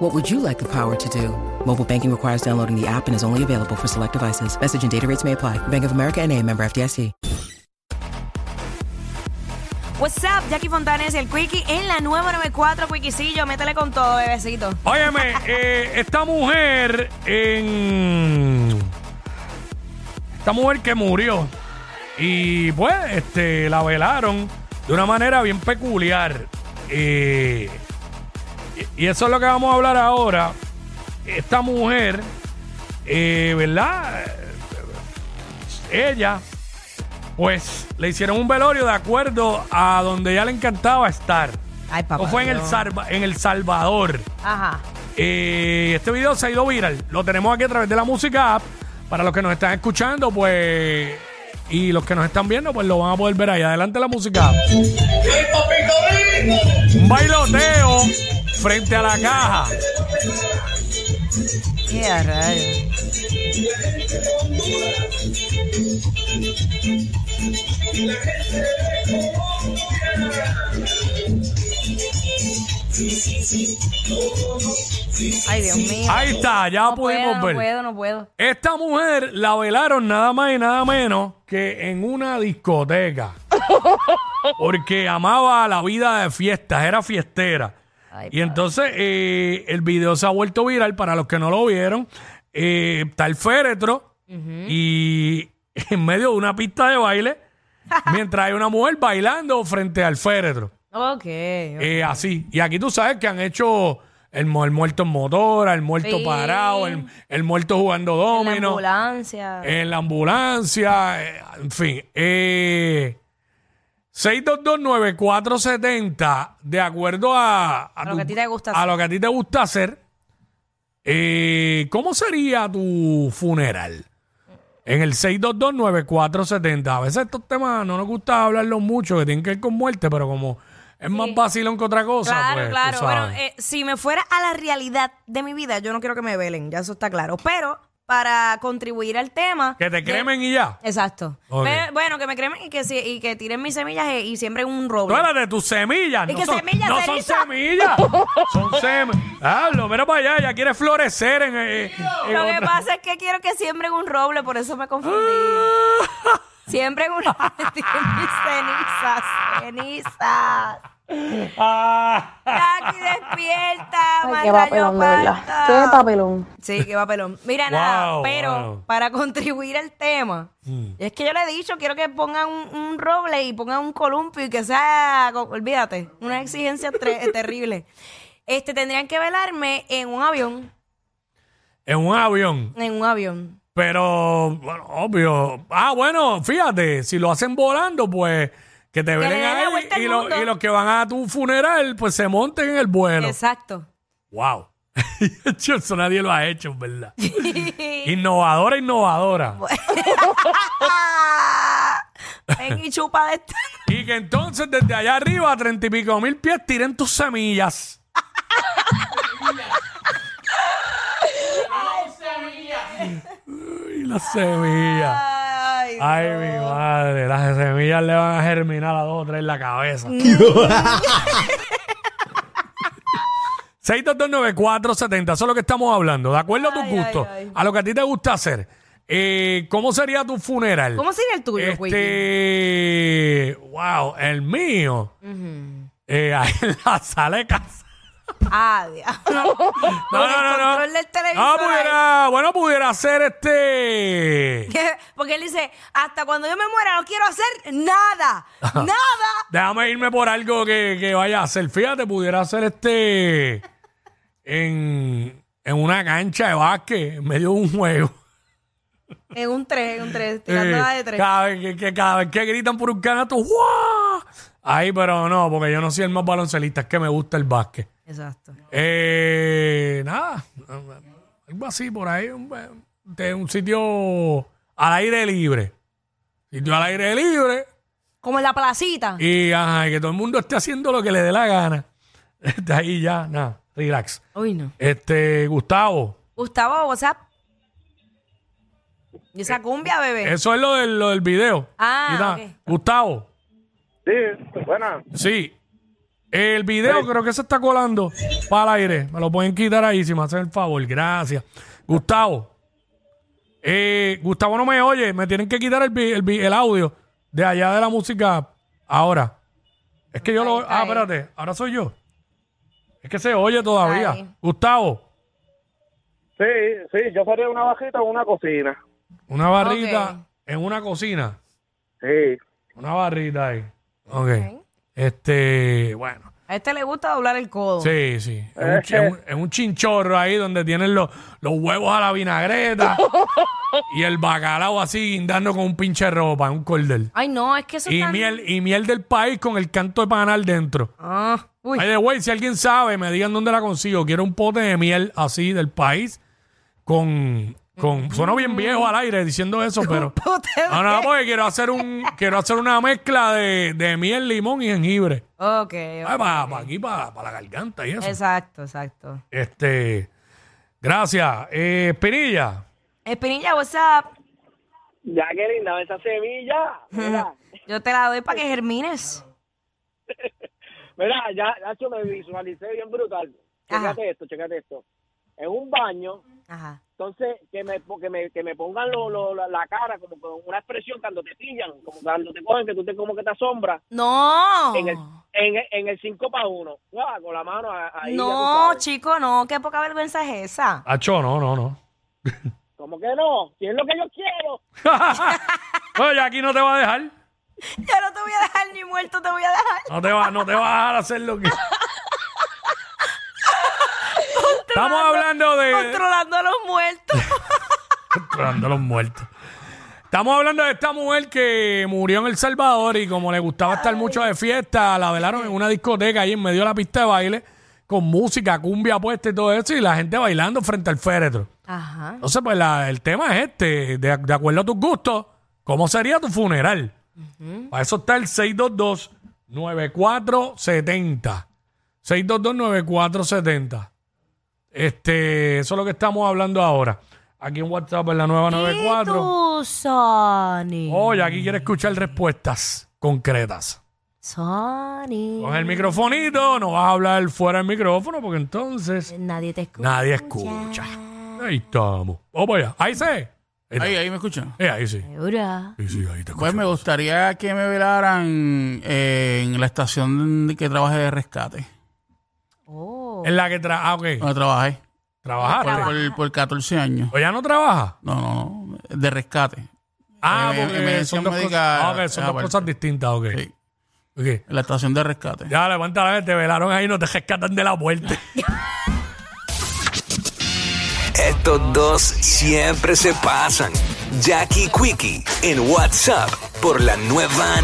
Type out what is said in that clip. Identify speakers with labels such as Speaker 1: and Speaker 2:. Speaker 1: What would you like the power to do? Mobile banking requires downloading the app and is only available for select devices. Message and data rates may apply. Bank of America and a member FDIC.
Speaker 2: What's up, Jackie Fontanes, el Quickie en la nueva 94, Quickiecillo, métele con todo, bebecito.
Speaker 3: Óyeme, eh, esta mujer en. Esta mujer que murió. Y pues, este, la velaron de una manera bien peculiar. Eh, y y eso es lo que vamos a hablar ahora. Esta mujer, eh, ¿verdad? Ella, pues, le hicieron un velorio de acuerdo a donde ya le encantaba estar.
Speaker 2: Ay, papá
Speaker 3: Esto fue en el,
Speaker 2: Dios.
Speaker 3: Salva- en el Salvador.
Speaker 2: Ajá.
Speaker 3: Eh, este video se ha ido viral. Lo tenemos aquí a través de la música app. Para los que nos están escuchando, pues. Y los que nos están viendo, pues lo van a poder ver ahí. Adelante la música app. Un bailoteo frente a la caja.
Speaker 2: Qué rayo. Ay, Dios mío.
Speaker 3: Ahí está, ya
Speaker 2: no
Speaker 3: pudimos
Speaker 2: puedo, no
Speaker 3: Ah, ver.
Speaker 2: puedo, no puedo.
Speaker 3: Esta mujer la velaron nada más y nada menos que en una discoteca. Porque amaba la vida de fiestas, era fiestera.
Speaker 2: Ay,
Speaker 3: y entonces eh, el video se ha vuelto viral para los que no lo vieron. Eh, está el féretro y en medio de una pista de baile, mientras hay una mujer bailando frente al féretro.
Speaker 2: Ok.
Speaker 3: Eh, así. Y aquí tú sabes que han hecho el, mu- el muerto en motora, el muerto
Speaker 2: Sí.
Speaker 3: parado, el, el muerto jugando
Speaker 2: la
Speaker 3: domino,
Speaker 2: ambulancia.
Speaker 3: en la ambulancia, eh, en fin. Eh, 6229470, de acuerdo a, a,
Speaker 2: lo que a ti te gusta
Speaker 3: a lo que a ti te gusta hacer, eh, ¿cómo sería tu funeral? En el 6229470. A veces estos temas no nos gusta hablarlos mucho, que tienen que ver con muerte, pero como es más vacilón que otra cosa.
Speaker 2: Claro,
Speaker 3: pues, tú
Speaker 2: claro. Bueno,
Speaker 3: sabes.
Speaker 2: eh, si me fuera a la realidad de mi vida, yo no quiero que me velen, ya eso está claro. Pero para contribuir al tema.
Speaker 3: que te
Speaker 2: yo-
Speaker 3: cremen y ya.
Speaker 2: Exacto.
Speaker 3: Ok.
Speaker 2: Pero, bueno, que me cremen y que, si- y que tiren mis semillas e- y, siembren un
Speaker 3: Tú
Speaker 2: roble.
Speaker 3: eres de tus semillas.
Speaker 2: ¿Y
Speaker 3: no
Speaker 2: qué
Speaker 3: son,
Speaker 2: semillas,
Speaker 3: no son
Speaker 2: ceniza?
Speaker 3: semillas. son semillas. Hablo, mira para allá, ya quiere florecer en. eh, en
Speaker 2: Lo que
Speaker 3: otra-
Speaker 2: pasa es que quiero que siembren un roble, por eso me confundí.
Speaker 3: Ah.
Speaker 2: Siembren un roble. Tiren mis cenizas. Cenizas.
Speaker 3: Ah.
Speaker 2: Jackie, despierta.
Speaker 4: Ay, qué
Speaker 2: mal rayo
Speaker 4: papelón, de verdad.
Speaker 2: parta.
Speaker 4: Qué papelón.
Speaker 2: Sí, qué papelón. Mira, nada,
Speaker 3: Wow,
Speaker 2: pero
Speaker 3: wow. Mm.
Speaker 2: para contribuir al tema, es que yo le he dicho, quiero que pongan un, un roble y pongan un columpio y que sea, co- olvídate, una exigencia tre- terrible. Este, tendrían que velarme en un avión,
Speaker 3: en un avión.
Speaker 2: en un avión.
Speaker 3: Pero, bueno, obvio. Ah, bueno, fíjate, si lo hacen volando, pues que te
Speaker 2: le
Speaker 3: velen
Speaker 2: den la
Speaker 3: ahí
Speaker 2: vuelta al
Speaker 3: y, lo-
Speaker 2: mundo.
Speaker 3: y los que van a tu funeral, pues se monten en el vuelo.
Speaker 2: Exacto.
Speaker 3: Wow. Eso nadie lo ha hecho, en ¿verdad? innovadora, innovadora.
Speaker 2: Ven y chupa de este. esta.
Speaker 3: Y que entonces desde allá arriba, a treinta y pico mil pies, tiren tus semillas. Ay, las semillas.
Speaker 2: Ay,
Speaker 3: Ay, mi madre. Las semillas le van a germinar a dos o tres en la cabeza. 6229470, eso es lo que estamos hablando. De acuerdo a tus
Speaker 2: Ay, ay,
Speaker 3: gustos,
Speaker 2: ay.
Speaker 3: a lo que a ti te gusta hacer. Eh, ¿Cómo sería tu funeral?
Speaker 2: ¿Cómo sería el tuyo, Quickie?
Speaker 3: Este, wow, el mío. Eh, ahí en la sala de casa.
Speaker 2: Ah, diablo.
Speaker 3: No,
Speaker 2: Con el
Speaker 3: no, no, no.
Speaker 2: control del televisor
Speaker 3: No,
Speaker 2: ahí.
Speaker 3: pudiera, bueno, pudiera ser este.
Speaker 2: Que- Porque él dice, hasta cuando yo me muera no quiero hacer nada, nada.
Speaker 3: Déjame irme por algo que, que vaya a hacer. Fíjate, pudiera hacer este en, en una cancha de básquet, en medio de un juego.
Speaker 2: En un 3, en un 3, tirando
Speaker 3: Eh,
Speaker 2: la de 3.
Speaker 3: Cada vez que, que- cada vez que gritan por un canato, ¡guau! Ahí, pero no, porque yo no soy el más baloncelista, es que me gusta el básquet.
Speaker 2: Exacto.
Speaker 3: Eh, nada, algo así por ahí, un, de un sitio al aire libre. sitio al aire libre
Speaker 2: Como en la placita.
Speaker 3: y ajá, y que todo el mundo esté haciendo lo que le dé la gana. Está ahí ya, nada, relax.
Speaker 2: Uy, no.
Speaker 3: Este, Gustavo,
Speaker 2: Gustavo, WhatsApp. ¿Y esa cumbia, bebé?
Speaker 3: eso Eh, es lo del, lo del video.
Speaker 2: Ah,
Speaker 3: Y nada,
Speaker 2: ok.
Speaker 3: Gustavo,
Speaker 4: Sí, buena.
Speaker 3: sí. El video creo que se está colando para el aire. Me lo pueden quitar ahí si me hacen el favor. Gracias. Gustavo. Eh, Gustavo no me oye. Me tienen que quitar el, vi- el, vi- el audio de allá de la música ahora. Es que yo lo... Ah, espérate. Ahora soy yo. Es que se oye todavía.
Speaker 2: Ahí.
Speaker 3: Gustavo,
Speaker 4: Sí, sí, yo sería una bajita o una cocina.
Speaker 3: una barrita en una cocina.
Speaker 4: Sí.
Speaker 3: Una barrita ahí. ok. Este, bueno.
Speaker 2: A este le gusta doblar el codo.
Speaker 3: Sí, sí. Es un, chi- es un- es un chinchorro ahí donde tienen los, los huevos a la vinagreta y el bacalao así guindando con un pinche ropa, un cordel.
Speaker 2: Ay, no, es que eso
Speaker 3: Y
Speaker 2: está-
Speaker 3: miel, y miel del país con el canto de panal dentro.
Speaker 2: Ah, uy.
Speaker 3: Ay, de güey, si alguien sabe, me digan dónde la consigo. Quiero un pote de miel así del país con... con sueno bien viejo al aire diciendo eso, pero... Ah,
Speaker 2: Pote de-
Speaker 3: No, no, porque quiero hacer, un, quiero hacer una mezcla de, de miel, limón y jengibre.
Speaker 2: Ok, ok.
Speaker 3: Para aquí, para la garganta y Ah. eso.
Speaker 2: Exacto, exacto.
Speaker 3: Este, gracias. Eh, Pirilla,
Speaker 2: Espinilla, WhatsApp.
Speaker 4: Ya que linda esa semilla. Mira,
Speaker 2: Yo te la doy para que germines.
Speaker 4: mira, ya, Nacho, me visualicé bien brutal.
Speaker 2: Ajá.
Speaker 4: Chécate esto, chécate esto. En un baño,
Speaker 2: Ajá.
Speaker 4: entonces que me, po- que me, que me pongan lo- lo- la, la cara como con una expresión cuando te pillan, como cuando te cogen, que tú te como que te asombras.
Speaker 2: No.
Speaker 4: En el en, el- en el 5 para 1. Ah, Con la mano a- ahí. ya tú
Speaker 2: No,
Speaker 4: sabes.
Speaker 2: chico, no. Qué poca vergüenza es esa.
Speaker 3: Acho, no, no, no.
Speaker 4: ¿Cómo que no? Si es lo que yo quiero.
Speaker 3: Oye, aquí no te va a dejar.
Speaker 2: Yo no te voy a dejar ni muerto, te voy a dejar.
Speaker 3: No te va, no te va a dejar hacer lo que. Estamos hablando de.
Speaker 2: Controlando a los muertos.
Speaker 3: Controlando los muertos. Estamos hablando de esta mujer que murió en El Salvador y como le gustaba estar mucho de fiesta, la velaron en una discoteca ahí en medio de la pista de baile con música, cumbia puesta y todo eso y la gente bailando frente al féretro.
Speaker 2: Ajá.
Speaker 3: Entonces, pues la- el tema es este, de, de acuerdo a tus gustos, ¿cómo sería tu funeral? Para eso está el 622-9470. 622-9470. Este, eso es lo que estamos hablando ahora. Aquí en WhatsApp en la nueva 94.
Speaker 2: tú, Sony?
Speaker 3: Este Oye, aquí quiere escuchar respuestas concretas.
Speaker 2: Sony.
Speaker 3: Con el microfonito, no vas a hablar fuera del micrófono porque entonces
Speaker 2: Nadie te escucha.
Speaker 3: nadie escucha. Ahí estamos. Vamos allá. Ahí se. Ahí, está.
Speaker 5: Ahí, ahí me escuchan.
Speaker 3: Eh, ahí sí.
Speaker 2: Segura.
Speaker 3: Sí, sí, ahí te
Speaker 5: Pues
Speaker 3: escucho.
Speaker 5: me gustaría que me velaran eh, en la estación de que trabajé de rescate.
Speaker 2: Oh.
Speaker 3: En la que tra ah, ok.
Speaker 5: Donde trabajé.
Speaker 3: Trabajaste.
Speaker 5: Por, por 14 años.
Speaker 3: ¿O ya no trabaja?
Speaker 5: No, no, no. De rescate.
Speaker 3: Ah,
Speaker 5: Em-
Speaker 3: porque
Speaker 5: emergencia
Speaker 3: son dos, cosas,
Speaker 5: médica,
Speaker 3: ah, ok, son dos
Speaker 5: aparte.
Speaker 3: cosas distintas, ok.
Speaker 5: Sí.
Speaker 3: Ok.
Speaker 5: En la estación de rescate.
Speaker 3: Ya, levanta la vez, te velaron ahí, no te rescatan de la muerte.
Speaker 6: Estos dos siempre se pasan. Jackie Quickie en WhatsApp por la nueva